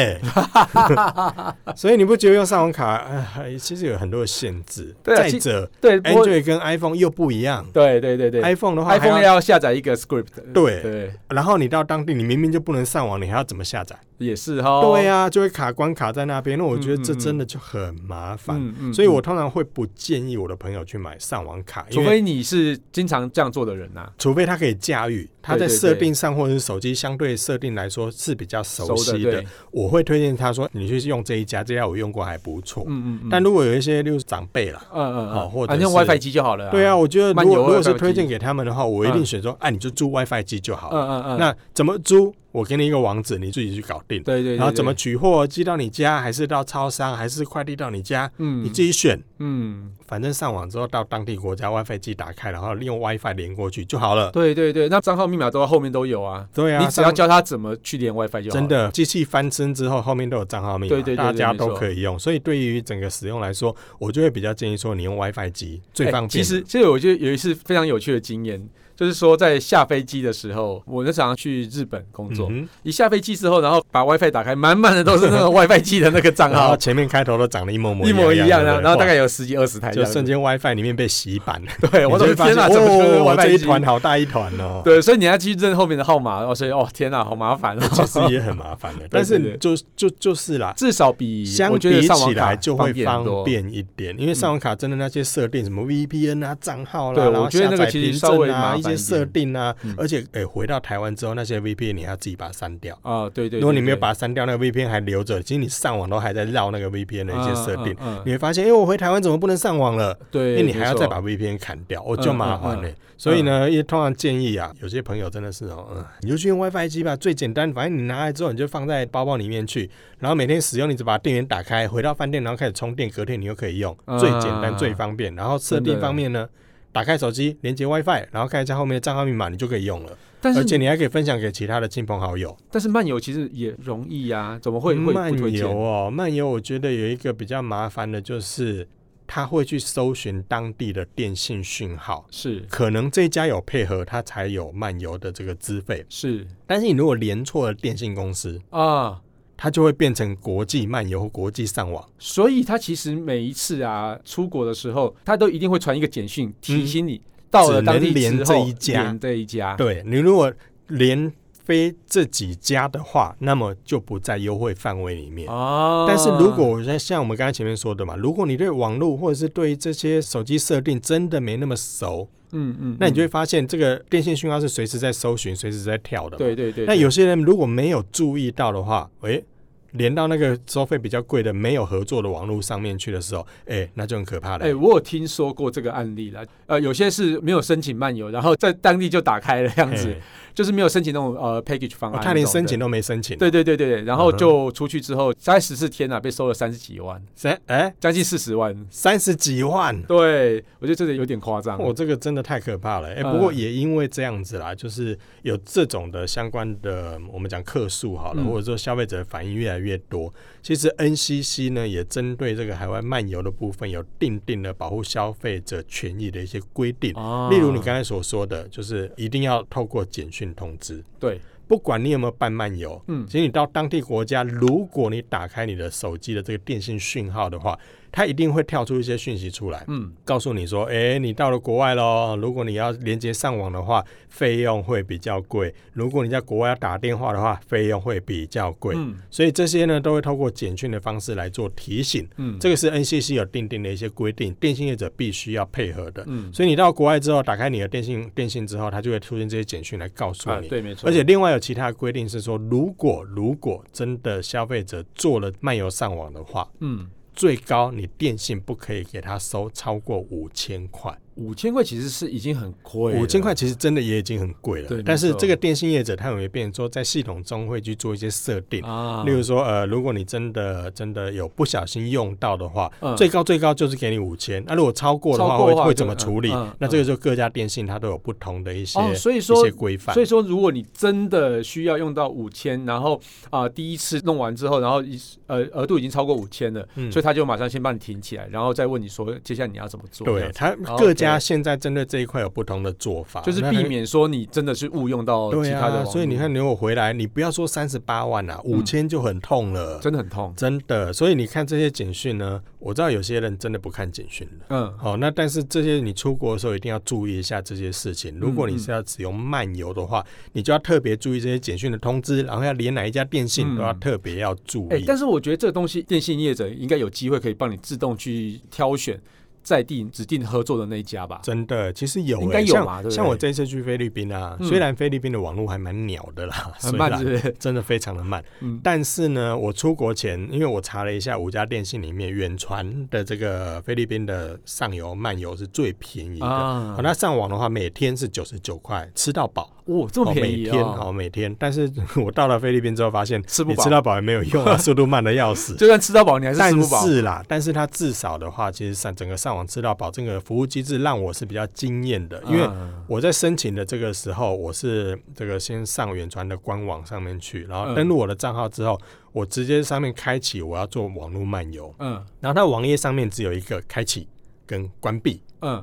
Speaker 2: 所以你不觉得用上网卡，哎，其实有很多的限制。
Speaker 1: 对啊
Speaker 2: 再
Speaker 1: 其
Speaker 2: 者
Speaker 1: 对，不过
Speaker 2: ，Android 跟 iPhone 又不一样
Speaker 1: 对对对对
Speaker 2: ，iPhone 的话还
Speaker 1: ，iPhone 要下载一个 script，
Speaker 2: 对
Speaker 1: 对，
Speaker 2: 然后你到当地，你明明就不能上网，你还要怎么下载？
Speaker 1: 也是哦哈，
Speaker 2: 对啊呀、就会卡关卡在那边。那我觉得这
Speaker 1: 嗯嗯嗯
Speaker 2: 真的就很麻烦，
Speaker 1: 嗯嗯，
Speaker 2: 所以我
Speaker 1: 嗯
Speaker 2: 通常会不建议我的朋友去买上网卡，
Speaker 1: 除
Speaker 2: 因为
Speaker 1: 非你是经常这样做的人啊呐、
Speaker 2: 除非他可以驾驭，他在
Speaker 1: 对对
Speaker 2: 设定上或者是手机相对设定来说是比较熟
Speaker 1: 熟
Speaker 2: 悉
Speaker 1: 的
Speaker 2: 的。
Speaker 1: 对，
Speaker 2: 我会推荐他说你去用这一家，这家我用过还不错。
Speaker 1: 嗯嗯嗯，
Speaker 2: 但如果有一些例如长辈啦。
Speaker 1: 嗯嗯
Speaker 2: 好
Speaker 1: 嗯，
Speaker 2: 或者
Speaker 1: 啊你用
Speaker 2: 是
Speaker 1: WiFi 机就好了、
Speaker 2: 对啊，，我觉得如
Speaker 1: 漫
Speaker 2: 果
Speaker 1: 游
Speaker 2: 如果是
Speaker 1: WiFi
Speaker 2: 推荐
Speaker 1: 机
Speaker 2: 给他们的话，我一定啊
Speaker 1: 嗯
Speaker 2: 选说，哎、你就租 WiFi 机就好了。
Speaker 1: 嗯嗯嗯，
Speaker 2: 那怎么租？我给你一个网址，你自己去搞定。
Speaker 1: 对对对，
Speaker 2: 然后怎么
Speaker 1: 对？
Speaker 2: 取货，寄到你家，还是到超商，还是快递到你家，
Speaker 1: 嗯，
Speaker 2: 你自己选。
Speaker 1: 嗯，
Speaker 2: 反正上网之后到当地国家 WiFi 机打开，然后利用 WiFi 连过去就好了。
Speaker 1: 对对对，那账号密码都在后面都有啊，
Speaker 2: 对啊，
Speaker 1: 你只要
Speaker 2: 上
Speaker 1: 教他怎么去连 WiFi 就好
Speaker 2: 真
Speaker 1: 了。
Speaker 2: 的机器翻身之后，后面都有账号密码，
Speaker 1: 对对对对
Speaker 2: 大家
Speaker 1: 没
Speaker 2: 都
Speaker 1: 错
Speaker 2: 可以用。所以对于整个使用来说，我就会比较建议说，你用 WiFi 机最
Speaker 1: 哎
Speaker 2: 方便。
Speaker 1: 其实，其实我觉得有一次非常有趣的经验，就是说在下飞机的时候，我那常常去日本工作，
Speaker 2: 嗯哼
Speaker 1: 一下飞机之后，然后把 WiFi 打开，满满的都是 那个 WiFi 机的那个账
Speaker 2: 然后
Speaker 1: 号，
Speaker 2: 前面开头都长得一模
Speaker 1: 一模
Speaker 2: 一
Speaker 1: 一样的，
Speaker 2: 对不对
Speaker 1: 然后大
Speaker 2: 哇
Speaker 1: 概有十几二十台这
Speaker 2: 就
Speaker 1: 样子，
Speaker 2: 瞬间 WiFi 里面被洗 版，
Speaker 1: 对，我
Speaker 2: 你就
Speaker 1: 的
Speaker 2: 会发
Speaker 1: 天
Speaker 2: 现
Speaker 1: 哪，怎么全
Speaker 2: 哦，
Speaker 1: 是
Speaker 2: 这
Speaker 1: WiFi
Speaker 2: 一
Speaker 1: 机
Speaker 2: 团好大一团 哦。
Speaker 1: 对，所以你要去认后面的号码，哦，所以哦，天哪，好麻烦哦。
Speaker 2: 其实也很麻烦 的，但
Speaker 1: 对
Speaker 2: 是
Speaker 1: 对
Speaker 2: 就就就是啦，
Speaker 1: 至少比
Speaker 2: 相
Speaker 1: 我觉得
Speaker 2: 比
Speaker 1: 上网
Speaker 2: 起
Speaker 1: 卡
Speaker 2: 来就会
Speaker 1: 便很多嗯
Speaker 2: 方。便一点，因为上网卡真的那些设定，什么 VPN 啊、账号啦，
Speaker 1: 对
Speaker 2: 然后
Speaker 1: 我觉得那个
Speaker 2: 下载
Speaker 1: 其实
Speaker 2: 凭
Speaker 1: 稍
Speaker 2: 证
Speaker 1: 微麻
Speaker 2: 啊
Speaker 1: 烦
Speaker 2: 一
Speaker 1: 一
Speaker 2: 些
Speaker 1: 点
Speaker 2: 设定啊
Speaker 1: 嗯，
Speaker 2: 而且诶，回到台湾之后，那些 VPN 你还要自己把它删掉。
Speaker 1: 啊，对对。
Speaker 2: 如果你没有
Speaker 1: 对
Speaker 2: 把它删掉，那个 VPN 还留着，其实你上网都还在绕那个 VPN 的一些设定，，
Speaker 1: 嗯嗯
Speaker 2: 你会发现，哎，我回台湾怎么不能上网了？
Speaker 1: 嗯对，
Speaker 2: 因为你还要
Speaker 1: 没错
Speaker 2: 再把 VPN 砍掉，哦，就
Speaker 1: 嗯
Speaker 2: 麻烦了。
Speaker 1: 嗯
Speaker 2: 所以呢，也通常建议啊，有些朋友真的是哦，嗯，你就去用 WiFi 机吧，最简单，反正你拿来之后你就放在包包里面去，然后每天使用，你只把电源打开，回到饭店然后开始充电，隔天你又可以用，
Speaker 1: 嗯
Speaker 2: 最简单最方便。然后设
Speaker 1: 真
Speaker 2: 定
Speaker 1: 的
Speaker 2: 方面呢？打开手机，连接 WiFi，然后看一下后面的账号密码，你就可以用了。
Speaker 1: 但
Speaker 2: 而且
Speaker 1: 是
Speaker 2: 你还可以分享给其他的亲朋好友。
Speaker 1: 但是漫游其实也容易呀，怎么会会
Speaker 2: 漫
Speaker 1: 不推
Speaker 2: 游
Speaker 1: 荐？
Speaker 2: 哦，漫游我觉得有一个比较麻烦的就是，他会去搜寻当地的电信讯号，
Speaker 1: 是
Speaker 2: 可能这家有配合，他才有漫游的这个资费。
Speaker 1: 是
Speaker 2: 但是你如果连错了电信公司，
Speaker 1: 啊，
Speaker 2: 它就会变成国际漫游、国际上网。
Speaker 1: 所以他其实每一次啊出国的时候，他都一定会传一个简讯提醒你到了当地
Speaker 2: 嗯只能
Speaker 1: 之
Speaker 2: 连这
Speaker 1: 后
Speaker 2: 一家
Speaker 1: 连这一家，
Speaker 2: 对你如果连非这几家的话，那么就不在优惠范围里面。
Speaker 1: 啊。
Speaker 2: 但是如果像像我们刚才前面说的嘛，如果你对网络或者是对这些手机设定真的没那么熟，
Speaker 1: 嗯嗯，
Speaker 2: 那你就会
Speaker 1: 嗯
Speaker 2: 发现这个电信讯号是随时在搜寻、随时在跳的。。
Speaker 1: 对对对，
Speaker 2: 那
Speaker 1: 对
Speaker 2: 有些人如果没有注意到的话，诶、连到那个收费比较贵的没有合作的网络上面去的时候，诶、那就很可怕了。
Speaker 1: 哎、我有听说过这个案例啦。呃，有些是没有申请漫游，然后在当地就打开了这样子，
Speaker 2: 嘿
Speaker 1: 就是没有申请那种呃 package 方
Speaker 2: 哦
Speaker 1: 案、
Speaker 2: 他连申请。都没申请。
Speaker 1: 对对对对对，然后
Speaker 2: 嗯哼
Speaker 1: 就出去之后，三十四天啊，被收了三十几万，
Speaker 2: 三哎
Speaker 1: 将近四十万。
Speaker 2: 三十几万，
Speaker 1: 嗯对我觉得这个有点夸张。
Speaker 2: 我、这个真的太可怕了。哎、
Speaker 1: 嗯
Speaker 2: 不过也因为这样子啦，就是有这种的相关的，我们讲客诉好了，
Speaker 1: 嗯
Speaker 2: 或者说消费者反应越来越多。其实 NCC 呢也针对这个海外漫游的部分，有定定了保护消费者权益的一些规定。
Speaker 1: 啊
Speaker 2: 例如你刚才所说的，就是一定要透过简讯通知，
Speaker 1: 对，
Speaker 2: 不管你有没有办漫游，
Speaker 1: 嗯
Speaker 2: 其实你到当地国家，如果你打开你的手机的这个电信讯号的话，它一定会跳出一些讯息出来，
Speaker 1: 嗯，
Speaker 2: 告诉你说，诶，你到了国外喽，如果你要连接上网的话，费用会比较贵；如果你在国外要打电话的话，费用会比较贵。
Speaker 1: 嗯
Speaker 2: 所以这些呢，都会透过简讯的方式来做提醒。
Speaker 1: 嗯，
Speaker 2: 这个是 NCC 有定定的一些规定，电信业者必须要配合的。
Speaker 1: 嗯
Speaker 2: 所以你到国外之后，打开你的电信电信之后，它就会出现这些简讯来告诉
Speaker 1: 啊
Speaker 2: 你。
Speaker 1: 对没错，
Speaker 2: 而且另外有其他的规定是说，如果如果真的消费者做了漫游上网的话，
Speaker 1: 嗯，
Speaker 2: 最高你电信不可以给他收超过五千块。
Speaker 1: 五千块其实是已经很贵了，
Speaker 2: 五千块其实真的也已经很贵了
Speaker 1: 对，
Speaker 2: 但是
Speaker 1: 没错
Speaker 2: 这个电信业者他有没有变成说在系统中会去做一些设定？
Speaker 1: 啊，
Speaker 2: 例如说，呃，如果你真的真的有不小心用到的话，
Speaker 1: 嗯
Speaker 2: 最高最高就是给你五千。那如果超过的
Speaker 1: 超
Speaker 2: 话，
Speaker 1: 过
Speaker 2: 会
Speaker 1: 的话
Speaker 2: 会
Speaker 1: 就
Speaker 2: 怎么处理
Speaker 1: 嗯嗯？
Speaker 2: 那这个就各家电信它都有不同的一些
Speaker 1: 哦，所以
Speaker 2: 一
Speaker 1: 说
Speaker 2: 些规范
Speaker 1: 所以。说，如果你真的需要用到五千，然后啊、第一次弄完之后，然后一呃额度已经超过五千了，
Speaker 2: 嗯
Speaker 1: 所以他就马上先帮你停起来，然后再问你说接下来你要怎么做。这
Speaker 2: 对
Speaker 1: 样子
Speaker 2: 它
Speaker 1: 哦
Speaker 2: 各
Speaker 1: ，OK
Speaker 2: 家现在针对这一块有不同的做法，
Speaker 1: 就是
Speaker 2: 啊那
Speaker 1: 避
Speaker 2: 它。
Speaker 1: 免说你真的是误用到
Speaker 2: 对
Speaker 1: 其他的、嗯
Speaker 2: 啊，所以你看，，如果回来，你不要说三十八万啊，五千就很痛了，
Speaker 1: 真的很痛。
Speaker 2: 真的。所以你看这些简讯呢，我知道有些人真的不看简讯的。
Speaker 1: 嗯，
Speaker 2: 好、那但是这些你出国的时候一定要注意一下这些事情。如
Speaker 1: 嗯
Speaker 2: 果你是要使用漫游的话，你就要特别注意这些简讯的通知，然后要连哪一家电信
Speaker 1: 嗯
Speaker 2: 都要特别要注
Speaker 1: 哎、
Speaker 2: 意。
Speaker 1: 但是我觉得这个东西，电信业者应该有机会可以帮你自动去挑选。在地指定合作的那一家吧？
Speaker 2: 真的，其实有、欸，
Speaker 1: 应该有吧对不对
Speaker 2: 像像我这次去菲律宾啊，
Speaker 1: 嗯
Speaker 2: 虽然菲律宾的网络还蛮鸟的啦，
Speaker 1: 很
Speaker 2: 虽
Speaker 1: 慢，
Speaker 2: 然
Speaker 1: 是不是？
Speaker 2: 真的非常的慢。
Speaker 1: 嗯，
Speaker 2: 但是呢，我出国前，因为我查了一下五家电信里面，远传的这个菲律宾的上游漫游是最便宜的。
Speaker 1: 啊
Speaker 2: 好，那上网的话，每天是九十九块，吃到饱。
Speaker 1: 哦，这么便宜
Speaker 2: 每天
Speaker 1: 哦，
Speaker 2: 哦，每天。但是 我到了菲律宾之后，发现
Speaker 1: 吃不
Speaker 2: 你
Speaker 1: 饱
Speaker 2: 吃，到饱也没有 用啊，速度慢的要死。
Speaker 1: 就算吃到饱，你还是吃
Speaker 2: 但
Speaker 1: 不饱。
Speaker 2: 是啦，但是它至少的话，其实上整个上网吃到饱这个服务机制让我是比较惊艳的，因为
Speaker 1: 啊
Speaker 2: 我在申请的这个时候，我是这个先上远传的官网上面去，然后
Speaker 1: 嗯
Speaker 2: 登录我的账号之后，我直接上面开启我要做网络漫游，
Speaker 1: 嗯
Speaker 2: 然后它网页上面只有一个开启跟关闭，
Speaker 1: 嗯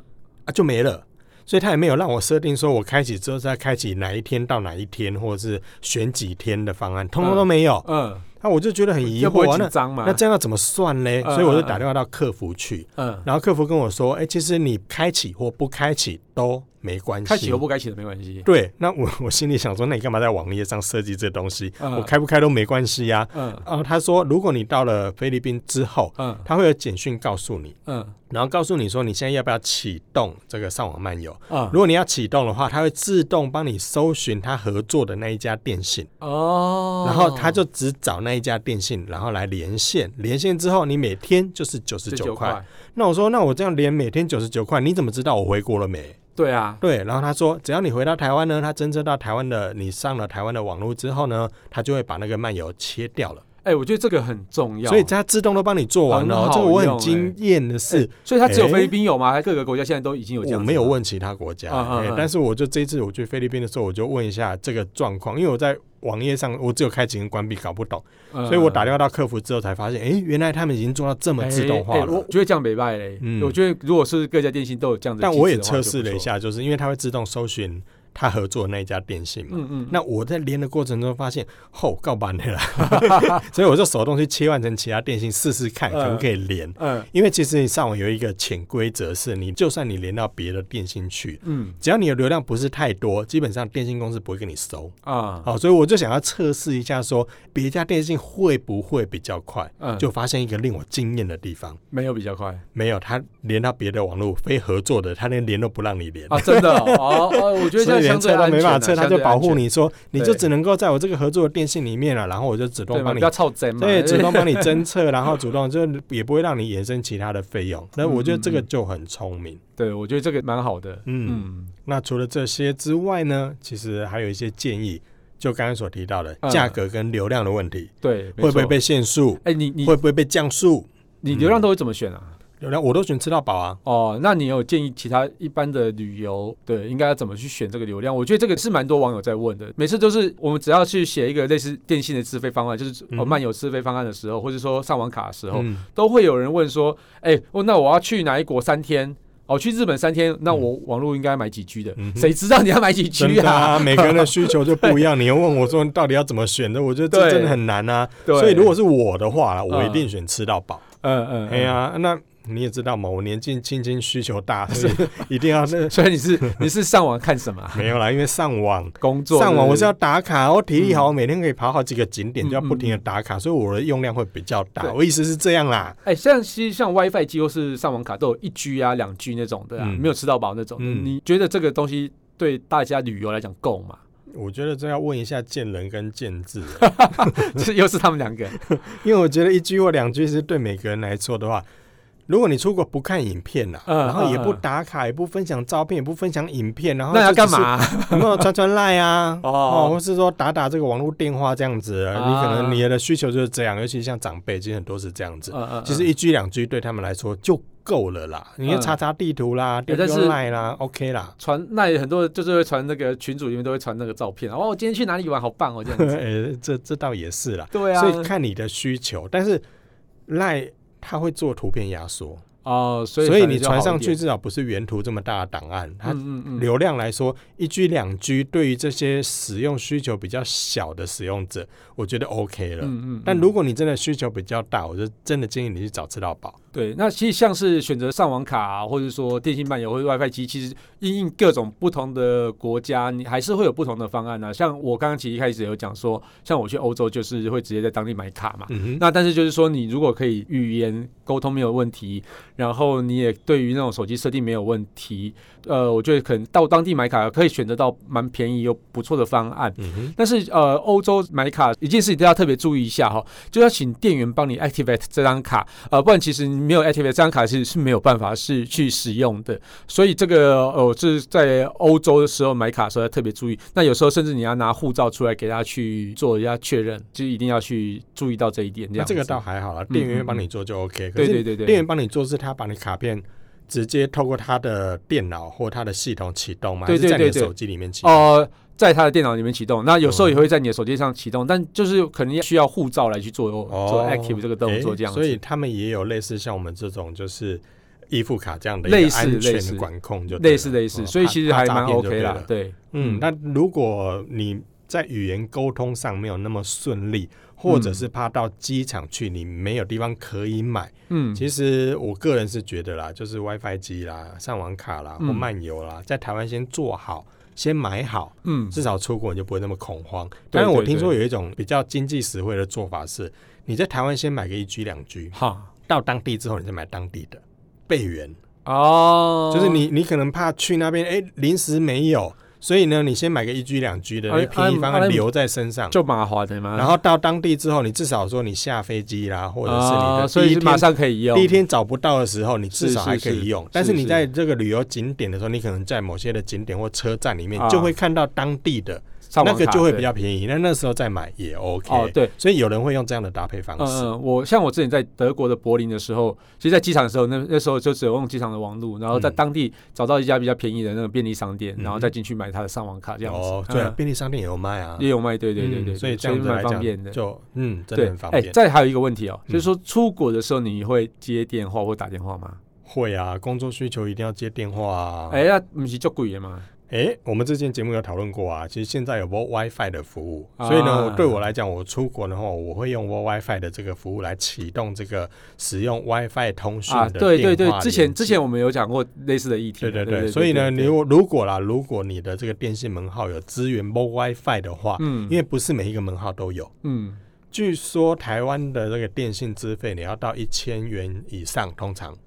Speaker 2: 啊就没了。所以他也没有让我设定说我开启之后再开启哪一天到哪一天，或者是选几天的方案，通通都没有。
Speaker 1: 嗯，
Speaker 2: 那、我就觉得很疑
Speaker 1: 要不会
Speaker 2: 惑、啊，
Speaker 1: 紧
Speaker 2: 那
Speaker 1: 张嘛？
Speaker 2: 那这样要怎么算呢？
Speaker 1: 嗯
Speaker 2: 所以我就打电话到客服去，
Speaker 1: 嗯，
Speaker 2: 然后客服跟我说：“哎、其实你开启或不开启都没关系。”
Speaker 1: 开启和不开启的没关系。
Speaker 2: 对，那我我心里想说，那你干嘛在网页上设计这东西？
Speaker 1: 嗯
Speaker 2: 我开不开都没关系呀、
Speaker 1: 嗯
Speaker 2: 然后他说，如果你到了菲律宾之后，
Speaker 1: 嗯
Speaker 2: 他会有简讯告诉你，
Speaker 1: 嗯
Speaker 2: 然后告诉你说你现在要不要启动这个上网漫游。
Speaker 1: 嗯
Speaker 2: 如果你要启动的话，它会自动帮你搜寻它合作的那一家电信，
Speaker 1: 哦，
Speaker 2: 然后它就只找那一家电信，然后来连线。连线之后，你每天就是九十
Speaker 1: 十
Speaker 2: 九
Speaker 1: 九
Speaker 2: 块。，那我说，那我这样连每天九十九块，你怎么知道我回国了没？
Speaker 1: 对啊，
Speaker 2: 对，然后他说，只要你回到台湾呢，他侦测到台湾的你上了台湾的网络之后呢，他就会把那个漫游切掉了，
Speaker 1: 哎，我觉得这个很重要，
Speaker 2: 所以它自动都帮你做完了哦。
Speaker 1: 很好
Speaker 2: 这个我很
Speaker 1: 用
Speaker 2: 惊艳的是，
Speaker 1: 所以它只有
Speaker 2: 哎
Speaker 1: 菲律宾有吗？还是各个国家现在都已经有这样子
Speaker 2: 我
Speaker 1: 吗？
Speaker 2: 没有问其他国家，
Speaker 1: 啊啊
Speaker 2: 哎
Speaker 1: 啊
Speaker 2: 但是我就这一次我去菲律宾的时候，我就问一下这个状况，因为我在网页上我只有开启跟关闭，搞不懂，
Speaker 1: 嗯，
Speaker 2: 所以我打电话到客服之后才发现，哎、原来他们已经做到这么自动化
Speaker 1: 哎
Speaker 2: 了。
Speaker 1: 哎我觉得这样没败嘞
Speaker 2: 嗯。
Speaker 1: 我觉得如果是各家电信都有这样子的
Speaker 2: 但
Speaker 1: 机制的话，
Speaker 2: 我也测试了一
Speaker 1: 就
Speaker 2: 下，就是因为它会自动搜寻他合作的那一家电信
Speaker 1: 不
Speaker 2: 嘛。
Speaker 1: 错，嗯嗯，
Speaker 2: 那我在连的过程中发现，吼、告板的了， 所以我就手动去切换成其他电信试试看可不可以连。
Speaker 1: 嗯
Speaker 2: 因为其实你上网有一个潜规则是，你就算你连到别的电信去，
Speaker 1: 嗯
Speaker 2: 只要你的流量不是太多，基本上电信公司不会跟你收。
Speaker 1: 啊，
Speaker 2: 好，所以我就想要测试一下说别家电信会不会比较快。
Speaker 1: 嗯，
Speaker 2: 就发现一个令我惊艳的地方，
Speaker 1: 没有比较快
Speaker 2: 没有，他连到别的网络非合作的，他连连都不让你连。
Speaker 1: 啊，真的 哦哦，哦我觉得这
Speaker 2: 所
Speaker 1: 样
Speaker 2: 以
Speaker 1: 相
Speaker 2: 连
Speaker 1: 对
Speaker 2: 测都
Speaker 1: 安全
Speaker 2: 没
Speaker 1: 啊，
Speaker 2: 办法测，他
Speaker 1: 相
Speaker 2: 就
Speaker 1: 对
Speaker 2: 保护
Speaker 1: 安全，
Speaker 2: 你说，你就
Speaker 1: 对
Speaker 2: 只能够在我这个合作的电信里面啊了、然后我就主
Speaker 1: 对
Speaker 2: 动
Speaker 1: 嘛，
Speaker 2: 帮
Speaker 1: 不
Speaker 2: 你
Speaker 1: 要操贼嘛，哎
Speaker 2: 对，主动帮
Speaker 1: 你，
Speaker 2: 你侦测，然后主动就也不会让你衍生其他的费用。那我觉得这个
Speaker 1: 嗯嗯嗯
Speaker 2: 就很聪明。
Speaker 1: 对我觉得这个蛮好的，
Speaker 2: 嗯，
Speaker 1: 嗯，
Speaker 2: 那除了这些之外呢，其实还有一些建议，就刚刚所提到的
Speaker 1: 嗯
Speaker 2: 价格跟流量的问题，
Speaker 1: 对，没
Speaker 2: 会不会
Speaker 1: 错？
Speaker 2: 被限速，
Speaker 1: 哎，你你
Speaker 2: 会不会被降速？
Speaker 1: 你流量都会怎么选啊？
Speaker 2: 流量我都选吃到饱啊。
Speaker 1: 哦，那你有建议其他一般的旅游对应该要怎么去选这个流量？我觉得这个是蛮多网友在问的。每次都是我们只要去写一个类似电信的自费方案，就是、
Speaker 2: 嗯
Speaker 1: 哦漫游自费方案的时候，或者说上网卡的时候，
Speaker 2: 嗯，
Speaker 1: 都会有人问说：“哎、哦，那我要去哪一国三天？哦，去日本三天，那我网络应该买几 G 的？
Speaker 2: 嗯嗯哼
Speaker 1: 谁知道你要买几
Speaker 2: 真
Speaker 1: G
Speaker 2: 的
Speaker 1: 啊？
Speaker 2: 啊，每个人的需求就不一 样。你又问我说到底要怎么选的，我觉得这
Speaker 1: 对
Speaker 2: 真的很难啊。
Speaker 1: 对，
Speaker 2: 所以如果是我的话啦，
Speaker 1: 嗯
Speaker 2: 我一定选吃到饱。
Speaker 1: 嗯嗯，
Speaker 2: 哎
Speaker 1: 嗯，
Speaker 2: 呀，那你也知道嘛，我年纪轻轻需求大，所以 一定要 那
Speaker 1: 所以你是你是上网看什么啊、
Speaker 2: 没有啦，因为上网
Speaker 1: 工作
Speaker 2: 上网我是
Speaker 1: 是
Speaker 2: 要
Speaker 1: 不
Speaker 2: 打卡，我体力好，我每天可以跑好几个景点，
Speaker 1: 嗯
Speaker 2: 就要不停的打卡，所以我的用量会比较大
Speaker 1: 对。
Speaker 2: 我意思是这样啦，
Speaker 1: 是哎、像其实像 WiFi 机或是上网卡都有一 G 啊、两 G 那种的、啊
Speaker 2: 嗯
Speaker 1: 没有吃到饱那种的、
Speaker 2: 嗯
Speaker 1: 你觉得这个东西对大家旅游来讲够 吗？
Speaker 2: 我觉得这要问一下见人跟见智，啊
Speaker 1: 这又是他们两 个，
Speaker 2: 因为我觉得一句或两句是对每个人来说的话。如果你出国不看影片啦、
Speaker 1: 嗯
Speaker 2: 然后也
Speaker 1: 嗯
Speaker 2: 不
Speaker 1: 嗯
Speaker 2: 打卡，也不分享照片，也不分享影片，然后
Speaker 1: 那要
Speaker 2: 就
Speaker 1: 干
Speaker 2: 只是
Speaker 1: 嘛、
Speaker 2: 有没有传传赖啊？
Speaker 1: 哦
Speaker 2: 哦，或是说打打这个网络电话这样子，
Speaker 1: 啊
Speaker 2: 你可能你的需求就是这样，尤其像长辈，其实很多是这样子。
Speaker 1: 嗯嗯
Speaker 2: 其实一居两居对他们来说就够了啦，你
Speaker 1: 嗯
Speaker 2: 就
Speaker 1: 哎
Speaker 2: 查查地图啦、丢
Speaker 1: 但
Speaker 2: 丢
Speaker 1: 是。
Speaker 2: 赖啦，OK 啦
Speaker 1: 传那也很多就是会传那个群组里面都会传那个照片，哦，我今天去哪里玩，好棒哦，这样子。
Speaker 2: 呃，这这倒也是啦，
Speaker 1: 对啊，
Speaker 2: 所以看你的需求，但是赖。它会做图片压缩，
Speaker 1: 哦，所以
Speaker 2: 所以
Speaker 1: 反正
Speaker 2: 你
Speaker 1: 就好
Speaker 2: 传
Speaker 1: 一
Speaker 2: 上去
Speaker 1: 点，
Speaker 2: 至少不是原图这么大的档案，它
Speaker 1: 嗯嗯嗯，
Speaker 2: 流量来说，一居两居对于这些使用需求比较小的使用者，我觉得 OK 了。
Speaker 1: 嗯嗯，
Speaker 2: 但
Speaker 1: 嗯
Speaker 2: 如果你真的需求比较大，我就真的建议你去找吃到饱。
Speaker 1: 对，那其实像是选择上网卡、啊，或者说电信漫游或者 WiFi 机，其实因应各种不同的国家，你还是会有不同的方案呢、啊像我刚刚其实一开始有讲说，像我去欧洲就是会直接在当地买卡嘛，
Speaker 2: 嗯哼，
Speaker 1: 那但是就是说，你如果可以语言沟通没有问题，然后你也对于那种手机设定没有问题。呃，我觉得可能到当地买卡可以选择到蛮便宜又不错的方案。
Speaker 2: 嗯哼，
Speaker 1: 但是呃，欧洲买卡一件事情都要特别注意一下哈，就要请店员帮你 activate 这张卡，呃，不然其实你没有 activate 这张卡是是没有办法是去使用的。所以这个呃，这是在欧洲的时候买卡的时候要特别注意。那有时候甚至你要拿护照出来给他去做一下确认，就一定要去注意到这一点。这
Speaker 2: 那
Speaker 1: 样
Speaker 2: 这个
Speaker 1: 子嗯
Speaker 2: 倒还好啦，店员帮你做就 OK。可
Speaker 1: 对
Speaker 2: 是
Speaker 1: 对对对
Speaker 2: 店员帮你做是他把你卡片直接透过他的电脑或他的系统启动吗？
Speaker 1: 对对
Speaker 2: 还是在你
Speaker 1: 对
Speaker 2: 的
Speaker 1: 对
Speaker 2: 手机里面启动？
Speaker 1: 呃，在他的电脑里面启动，那有时候也会在你的手机上启动，但就是可能需要护照来去做、做 active 这个动作
Speaker 2: 哦诶
Speaker 1: 这样子。
Speaker 2: 所以他们也有类似像我们这种就是依附卡这样的一
Speaker 1: 类
Speaker 2: 个
Speaker 1: 似
Speaker 2: 安全
Speaker 1: 类似
Speaker 2: 的管控就对了，
Speaker 1: 类似类似，
Speaker 2: 哦
Speaker 1: 所以其实
Speaker 2: 怕
Speaker 1: 还
Speaker 2: 怕
Speaker 1: 蛮
Speaker 2: 诈骗就
Speaker 1: OK
Speaker 2: 对
Speaker 1: 啦
Speaker 2: 了。
Speaker 1: 对，
Speaker 2: 嗯，那如果你在语言沟通上没有那么顺利，或者是怕到机场去你没有地方可以买，
Speaker 1: 嗯，
Speaker 2: 其实我个人是觉得啦，就是 WiFi 机啦、上网卡啦或
Speaker 1: 嗯
Speaker 2: 漫游啦，在台湾先做好。先买好，
Speaker 1: 嗯，
Speaker 2: 至少出国你就不会那么恐慌。
Speaker 1: 对
Speaker 2: 当然，我
Speaker 1: 对
Speaker 2: 听说
Speaker 1: 对
Speaker 2: 有一种比较经济实惠的做法是，你在台湾先买个一居两居，
Speaker 1: 好
Speaker 2: 到当地之后你再买当地的备援，
Speaker 1: 哦，
Speaker 2: 就是你你可能怕去那边哎临时没有，所以呢你先买个一居两居的，
Speaker 1: 啊
Speaker 2: 你便宜方
Speaker 1: 啊啊
Speaker 2: 案留在身上，
Speaker 1: 就啊麻烦的嘛，
Speaker 2: 然后到当地之后你至少说你下飞机啦，或者是你
Speaker 1: 啊
Speaker 2: 的
Speaker 1: 所
Speaker 2: 第
Speaker 1: 以
Speaker 2: 一
Speaker 1: 是马
Speaker 2: 天。
Speaker 1: 上可以用
Speaker 2: 第一天找不到的时候，你至
Speaker 1: 是
Speaker 2: 少
Speaker 1: 是
Speaker 2: 还可以
Speaker 1: 是
Speaker 2: 用。
Speaker 1: 是
Speaker 2: 但是你
Speaker 1: 是
Speaker 2: 在这个旅游景点的时候，你可能在某些的景点或车站里面
Speaker 1: 啊
Speaker 2: 就会看到当地的，
Speaker 1: 上
Speaker 2: 那
Speaker 1: 网
Speaker 2: 个
Speaker 1: 卡
Speaker 2: 就会
Speaker 1: 对
Speaker 2: 比较便宜。那那时候再买也 OK。
Speaker 1: 哦，对，
Speaker 2: 所以有人会用这样的搭配方式。
Speaker 1: 嗯，我像我之前在德国的柏林的时候，其实，在机场的时候，那那时候就只有用机场的网路，然后在
Speaker 2: 嗯
Speaker 1: 当地找到一家比较便宜的那种便利商店，
Speaker 2: 嗯
Speaker 1: 然后再进去买它的上网卡这样子。
Speaker 2: 哦，对啊，
Speaker 1: 嗯
Speaker 2: 便利商店也有卖啊。
Speaker 1: 也有卖，对对对
Speaker 2: 嗯
Speaker 1: 对，
Speaker 2: 所以
Speaker 1: 对
Speaker 2: 这样子
Speaker 1: 蛮
Speaker 2: 来
Speaker 1: 方便
Speaker 2: 讲，
Speaker 1: 的。
Speaker 2: 就嗯，真的
Speaker 1: 对
Speaker 2: 很，方
Speaker 1: 哎，
Speaker 2: 便。
Speaker 1: 再还有一个问题哦，就是
Speaker 2: 嗯
Speaker 1: 说出国的时候你会接电话或打电话吗？
Speaker 2: 会啊，工作需求一定要接电话啊。
Speaker 1: 哎，那不是就贵的吗？
Speaker 2: 哎，我们之前节目有讨论过啊，其实现在有 Wi- WiFi 的服务，
Speaker 1: 啊
Speaker 2: 所以呢，我对我来讲，我出国的话，我会用 Wi- WiFi 的这个服务来启动这个使用 WiFi 通讯
Speaker 1: 啊，
Speaker 2: 的
Speaker 1: 对对对
Speaker 2: 电话，
Speaker 1: 之前
Speaker 2: 连
Speaker 1: 之
Speaker 2: 接
Speaker 1: 前我们有讲过类似的议题，
Speaker 2: 对对
Speaker 1: 啊对
Speaker 2: 对，所以呢，
Speaker 1: 对
Speaker 2: 如果如果啦，如果你的这个电信门号有支援 WiFi 的话，
Speaker 1: 嗯，
Speaker 2: 因为不是每一个门号都有。
Speaker 1: 嗯
Speaker 2: 据说台湾的这个电信资费，你要到一千元以上，通常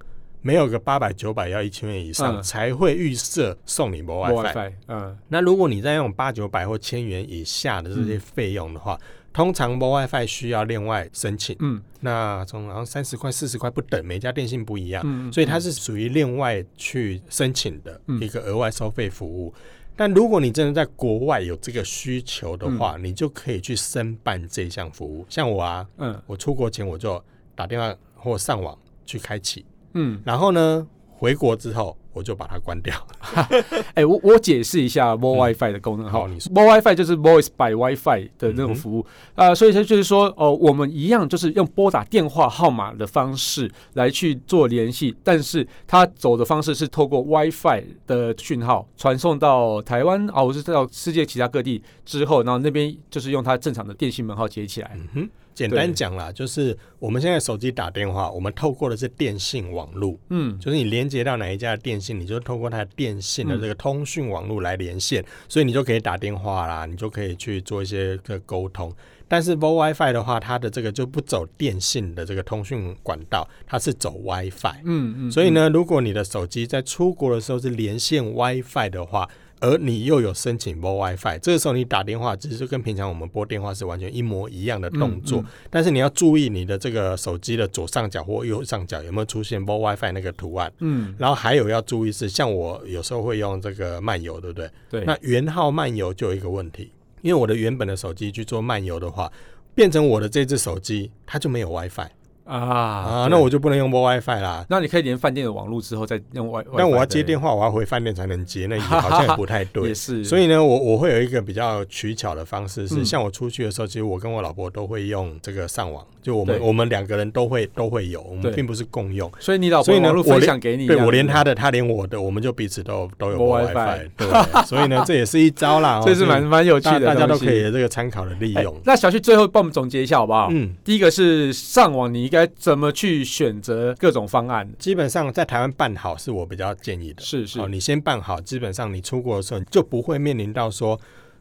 Speaker 2: 没有个八百九百要一千元以上、
Speaker 1: 嗯
Speaker 2: 才会预设送你 WiFi。
Speaker 1: WiFi，嗯
Speaker 2: 那如果你在用八九百或千元以下的这些费用的话，通常 WiFi 需要另外申请，
Speaker 1: 嗯
Speaker 2: 那从好像三十块四十块不等，每家电信不一样。
Speaker 1: 嗯，
Speaker 2: 所以它是属于另外去申请的
Speaker 1: 嗯
Speaker 2: 一个额外收费服务。但如果你真的在国外有这个需求的话，你就可以去申办这项服务。像我啊，
Speaker 1: 嗯
Speaker 2: 我出国前我就打电话或上网去开启，
Speaker 1: 嗯，
Speaker 2: 然后呢，回国之后我就把它关掉。
Speaker 1: 哎，我我解释一下
Speaker 2: 嗯
Speaker 1: Mo WiFi 的功能哈
Speaker 2: 好你说
Speaker 1: ，Mo WiFi 就是 Voice by WiFi 的那
Speaker 2: 嗯哼
Speaker 1: 种服务啊，所以它就是说，哦，我们一样就是用拨打电话号码的方式来去做联系，但是它走的方式是透过 WiFi 的讯号传送到台湾啊，或是到世界其他各地之后，然后那边就是用它正常的电信门号接起来，
Speaker 2: 嗯哼，简
Speaker 1: 对
Speaker 2: 单讲啦，就是我们现在手机打电话，我们透过的是电信网络，
Speaker 1: 嗯
Speaker 2: 就是你连接到哪一家的电信，你就透过它的电信的
Speaker 1: 嗯
Speaker 2: 这个通讯网络来连线，所以你就可以打电话啦，你就可以去做一些个沟通。但是 VO WiFi 的话，它的这个就不走电信的这个通讯管道，它是走 WiFi。
Speaker 1: 嗯嗯，
Speaker 2: 所以呢，如果你的手机在出国的时候是连线 WiFi 的话，而你又有申请拨 WiFi，这个时候你打电话，其实就跟平常我们拨电话是完全一模一样的动作，
Speaker 1: 嗯嗯
Speaker 2: 但是你要注意你的这个手机的左上角或右上角有没有出现拨 WiFi 那个图案。
Speaker 1: 嗯，
Speaker 2: 然后还有要注意是，像我有时候会用这个漫游，对不对？
Speaker 1: 对，
Speaker 2: 那原号漫游就有一个问题，因为我的原本的手机去做漫游的话，变成我的这只手机它就没有 WiFi
Speaker 1: 啊
Speaker 2: 啊，
Speaker 1: 对
Speaker 2: 那我就不能用拨 WiFi 啦。
Speaker 1: 那你可以连饭店的网络之后再用 Wi，
Speaker 2: 但我要接
Speaker 1: 话
Speaker 2: 电话，我要回饭店才能接，那 也好像也不太对
Speaker 1: 也。是，
Speaker 2: 所
Speaker 1: 以
Speaker 2: 以呢，我我会有一个比较取巧的方式是，
Speaker 1: 嗯
Speaker 2: 像我出去的时候，其实我跟我老婆都会用这个上网，就我们
Speaker 1: 对
Speaker 2: 我们两个人都会都会有，我们
Speaker 1: 对
Speaker 2: 并不是共用。
Speaker 1: 所以你老
Speaker 2: 所
Speaker 1: 婆
Speaker 2: 以呢
Speaker 1: 网络分享给你，
Speaker 2: 对我连她的，她连我的，我们就彼此都都有
Speaker 1: 有
Speaker 2: WiFi。
Speaker 1: WiFi
Speaker 2: 对，所以呢，这也是一招 啦。哦
Speaker 1: 这是蛮蛮有趣
Speaker 2: 大
Speaker 1: 的，
Speaker 2: 大家都可以。有这个参考的利
Speaker 1: 哎
Speaker 2: 用。
Speaker 1: 那小旭最后帮我们总结一下好不好？
Speaker 2: 嗯，
Speaker 1: 第一个是上网，你应该怎么去选择各种方案？
Speaker 2: 基本上在台湾办好是我比较建议的。哦
Speaker 1: 是是
Speaker 2: 好，，你先办好，基本上你出国的时候你就不会面临到说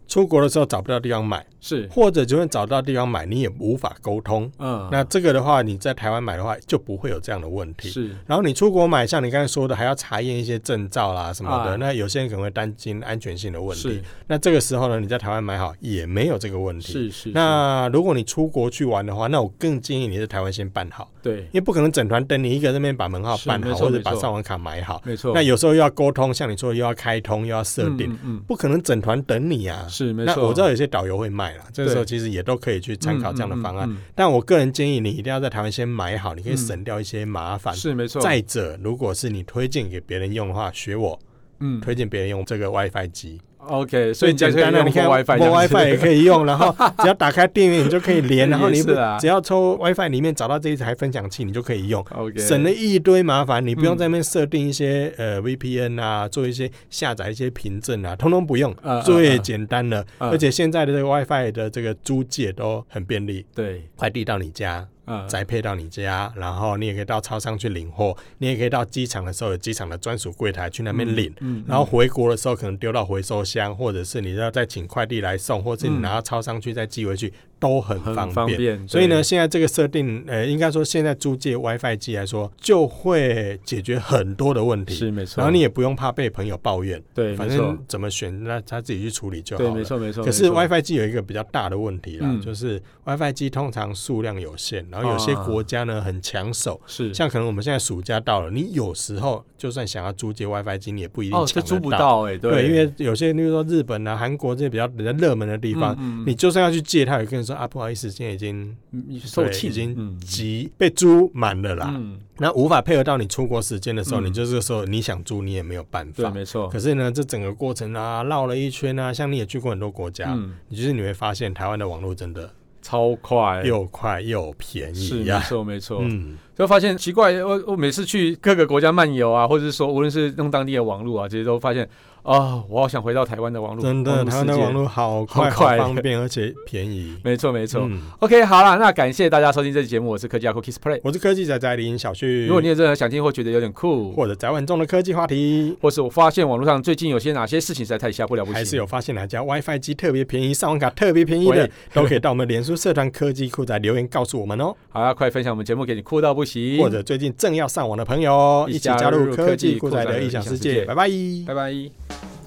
Speaker 2: 出国的时候找不到地方买，
Speaker 1: 是，
Speaker 2: 或者就算找到地方买，你也无法沟通。
Speaker 1: 嗯，
Speaker 2: 那这个的话，你在台湾买的话就不会有这样的问题。
Speaker 1: 是
Speaker 2: 然后你出国买，像你刚才说的，还要查验一些证照啦什么的。
Speaker 1: 啊
Speaker 2: 那有些人可能会担心安全性的问
Speaker 1: 是
Speaker 2: 题。那这个时候呢，你在台湾买好也没有这个问题。
Speaker 1: 是是，
Speaker 2: 那如果你出国去玩的话，那我更建议你在台湾先办好，
Speaker 1: 是对
Speaker 2: 因，为不可能整团等你一个人那边把门号
Speaker 1: 是
Speaker 2: 办
Speaker 1: 没
Speaker 2: 好，
Speaker 1: 错
Speaker 2: 或者
Speaker 1: 没
Speaker 2: 把
Speaker 1: 错
Speaker 2: 上网卡买好。
Speaker 1: 没错，
Speaker 2: 那有时候又要沟通，像你说又要开通，又要设定，
Speaker 1: 嗯嗯，
Speaker 2: 不可能整团等你啊
Speaker 1: 嗯。是没
Speaker 2: 那
Speaker 1: 错，
Speaker 2: 我知道有些导游会卖啦，这个时候
Speaker 1: 对
Speaker 2: 其实也都可以去参考这样的方案。
Speaker 1: 嗯，嗯嗯
Speaker 2: 但我个人建议你一定要在台湾先买好，你可以
Speaker 1: 嗯
Speaker 2: 省掉一些麻烦
Speaker 1: 嗯。是没错，
Speaker 2: 再者，如果是你推荐给别人用的话，学我
Speaker 1: 嗯
Speaker 2: 推荐别人用这个 WiFi 机，
Speaker 1: ，OK，所以你
Speaker 2: 简单的，
Speaker 1: 的
Speaker 2: 你看
Speaker 1: WiFi，
Speaker 2: 摸 WiFi 也
Speaker 1: 以，
Speaker 2: 可以用，然后 只要打开电源你就可以连，然后你
Speaker 1: 也是啊
Speaker 2: 只要抽 WiFi 里面找到这一台分享器，你就可以用。
Speaker 1: OK，
Speaker 2: 省了一堆麻烦，你不用
Speaker 1: 嗯
Speaker 2: 在那边设定一些、呃 VPN 啊，做一些下载一些凭证啊，通通不用，
Speaker 1: 呃
Speaker 2: 最
Speaker 1: 呃
Speaker 2: 简单了。
Speaker 1: 呃
Speaker 2: 而且现在的这个 WiFi 的这个租借都很便利，
Speaker 1: 对，
Speaker 2: 快递到你家，
Speaker 1: 嗯，
Speaker 2: 宅配到你家，然后你也可以到超商去领货，你也可以到机场的时候有机场的专属柜台去那边领。
Speaker 1: 嗯，嗯，
Speaker 2: 然后回国的时候可能丢到回收箱，或者是你要再请快递来送，或者是你
Speaker 1: 嗯
Speaker 2: 拿到超商去再寄回去，都很
Speaker 1: 很
Speaker 2: 方
Speaker 1: 方
Speaker 2: 便。
Speaker 1: 便，
Speaker 2: 所以呢，
Speaker 1: 对，
Speaker 2: 现在这个设定，呃，应该说现在租借 WiFi 机来说，就会解决很多的问题。
Speaker 1: 是没错，
Speaker 2: 然后你也不用怕被朋友抱怨，
Speaker 1: 对，
Speaker 2: 反
Speaker 1: 没错
Speaker 2: 正，怎么选，那他自己去处理就好
Speaker 1: 对，
Speaker 2: 了。
Speaker 1: 没错没错，
Speaker 2: 可
Speaker 1: 没
Speaker 2: 是
Speaker 1: 错
Speaker 2: WiFi 机有一个比较大的问题啦，
Speaker 1: 嗯
Speaker 2: 就是 WiFi 机通常数量有限，然后有些
Speaker 1: 啊
Speaker 2: 国家呢很抢手，
Speaker 1: 是
Speaker 2: 像可能我们现在暑假到了，你有时候就算想要租借 WiFi 机，你也不一定
Speaker 1: 哦，
Speaker 2: 抢
Speaker 1: 这
Speaker 2: 得
Speaker 1: 租不。到哎，
Speaker 2: 对，因为有些，例如说日本啊、韩国这些比较比较热门的地方，
Speaker 1: 嗯嗯
Speaker 2: 你就算要去借，他也跟你说啊，不好意思，现在已经
Speaker 1: 嗯售
Speaker 2: 对
Speaker 1: 罄
Speaker 2: 已经
Speaker 1: 嗯
Speaker 2: 急被租满了啦，
Speaker 1: 嗯，
Speaker 2: 那无法配合到你出国时间的时候，
Speaker 1: 嗯
Speaker 2: 你就是说你想租你也没有办
Speaker 1: 对，
Speaker 2: 法。
Speaker 1: 没错，
Speaker 2: 可是呢，这整个过程啊，绕了一圈啊，像你也去过很多国家，
Speaker 1: 嗯，
Speaker 2: 你就是你会发现台湾的网络真的
Speaker 1: 超快，
Speaker 2: 又快又便
Speaker 1: 哎是
Speaker 2: 宜
Speaker 1: 没
Speaker 2: 呀、
Speaker 1: 错没错，
Speaker 2: 啊嗯，
Speaker 1: 就发现奇怪，我我每次去各个国家漫游啊，或者是说无论是用当地的网络啊，这些都发现啊、我好想回到台湾的网络，
Speaker 2: 真
Speaker 1: 络
Speaker 2: 的，台
Speaker 1: 世
Speaker 2: 湾的
Speaker 1: 界
Speaker 2: 网，络好快、
Speaker 1: 好快
Speaker 2: 好方便，而且便宜。
Speaker 1: 没错没错。
Speaker 2: 嗯，
Speaker 1: OK，好啦，那感谢大家收听这期节目，我是科技阿酷 Kiss Play。
Speaker 2: 我是科技仔仔林小旭。
Speaker 1: 如果你有任何想听或觉得有点酷，
Speaker 2: 或者宅晚中的科技话题，
Speaker 1: 或是我发现网络上最近有些哪些事情实在太下不了不
Speaker 2: 还是
Speaker 1: 行，
Speaker 2: 有发现哪家 WiFi 机特别便宜、上网卡特别便宜的
Speaker 1: 喂，
Speaker 2: 都可以到我们脸书社团科技酷仔留言告诉我们哦。
Speaker 1: 好啦，快分享我们节目给你酷到不行，
Speaker 2: 或者最近正要上网的朋友，
Speaker 1: 一起
Speaker 2: 一起
Speaker 1: 加
Speaker 2: 加
Speaker 1: 入
Speaker 2: 入
Speaker 1: 科
Speaker 2: 科
Speaker 1: 技
Speaker 2: 技
Speaker 1: 酷
Speaker 2: 酷
Speaker 1: 宅
Speaker 2: 仔
Speaker 1: 的
Speaker 2: 的
Speaker 1: 异
Speaker 2: 异
Speaker 1: 想
Speaker 2: 想
Speaker 1: 世
Speaker 2: 世
Speaker 1: 界
Speaker 2: 界，拜拜。
Speaker 1: 拜拜。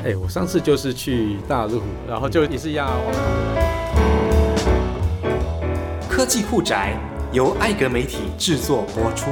Speaker 1: 哎、我上次就是去大陆，然后就也是一样啊，我们
Speaker 3: 科技酷宅由艾格媒体制作播出。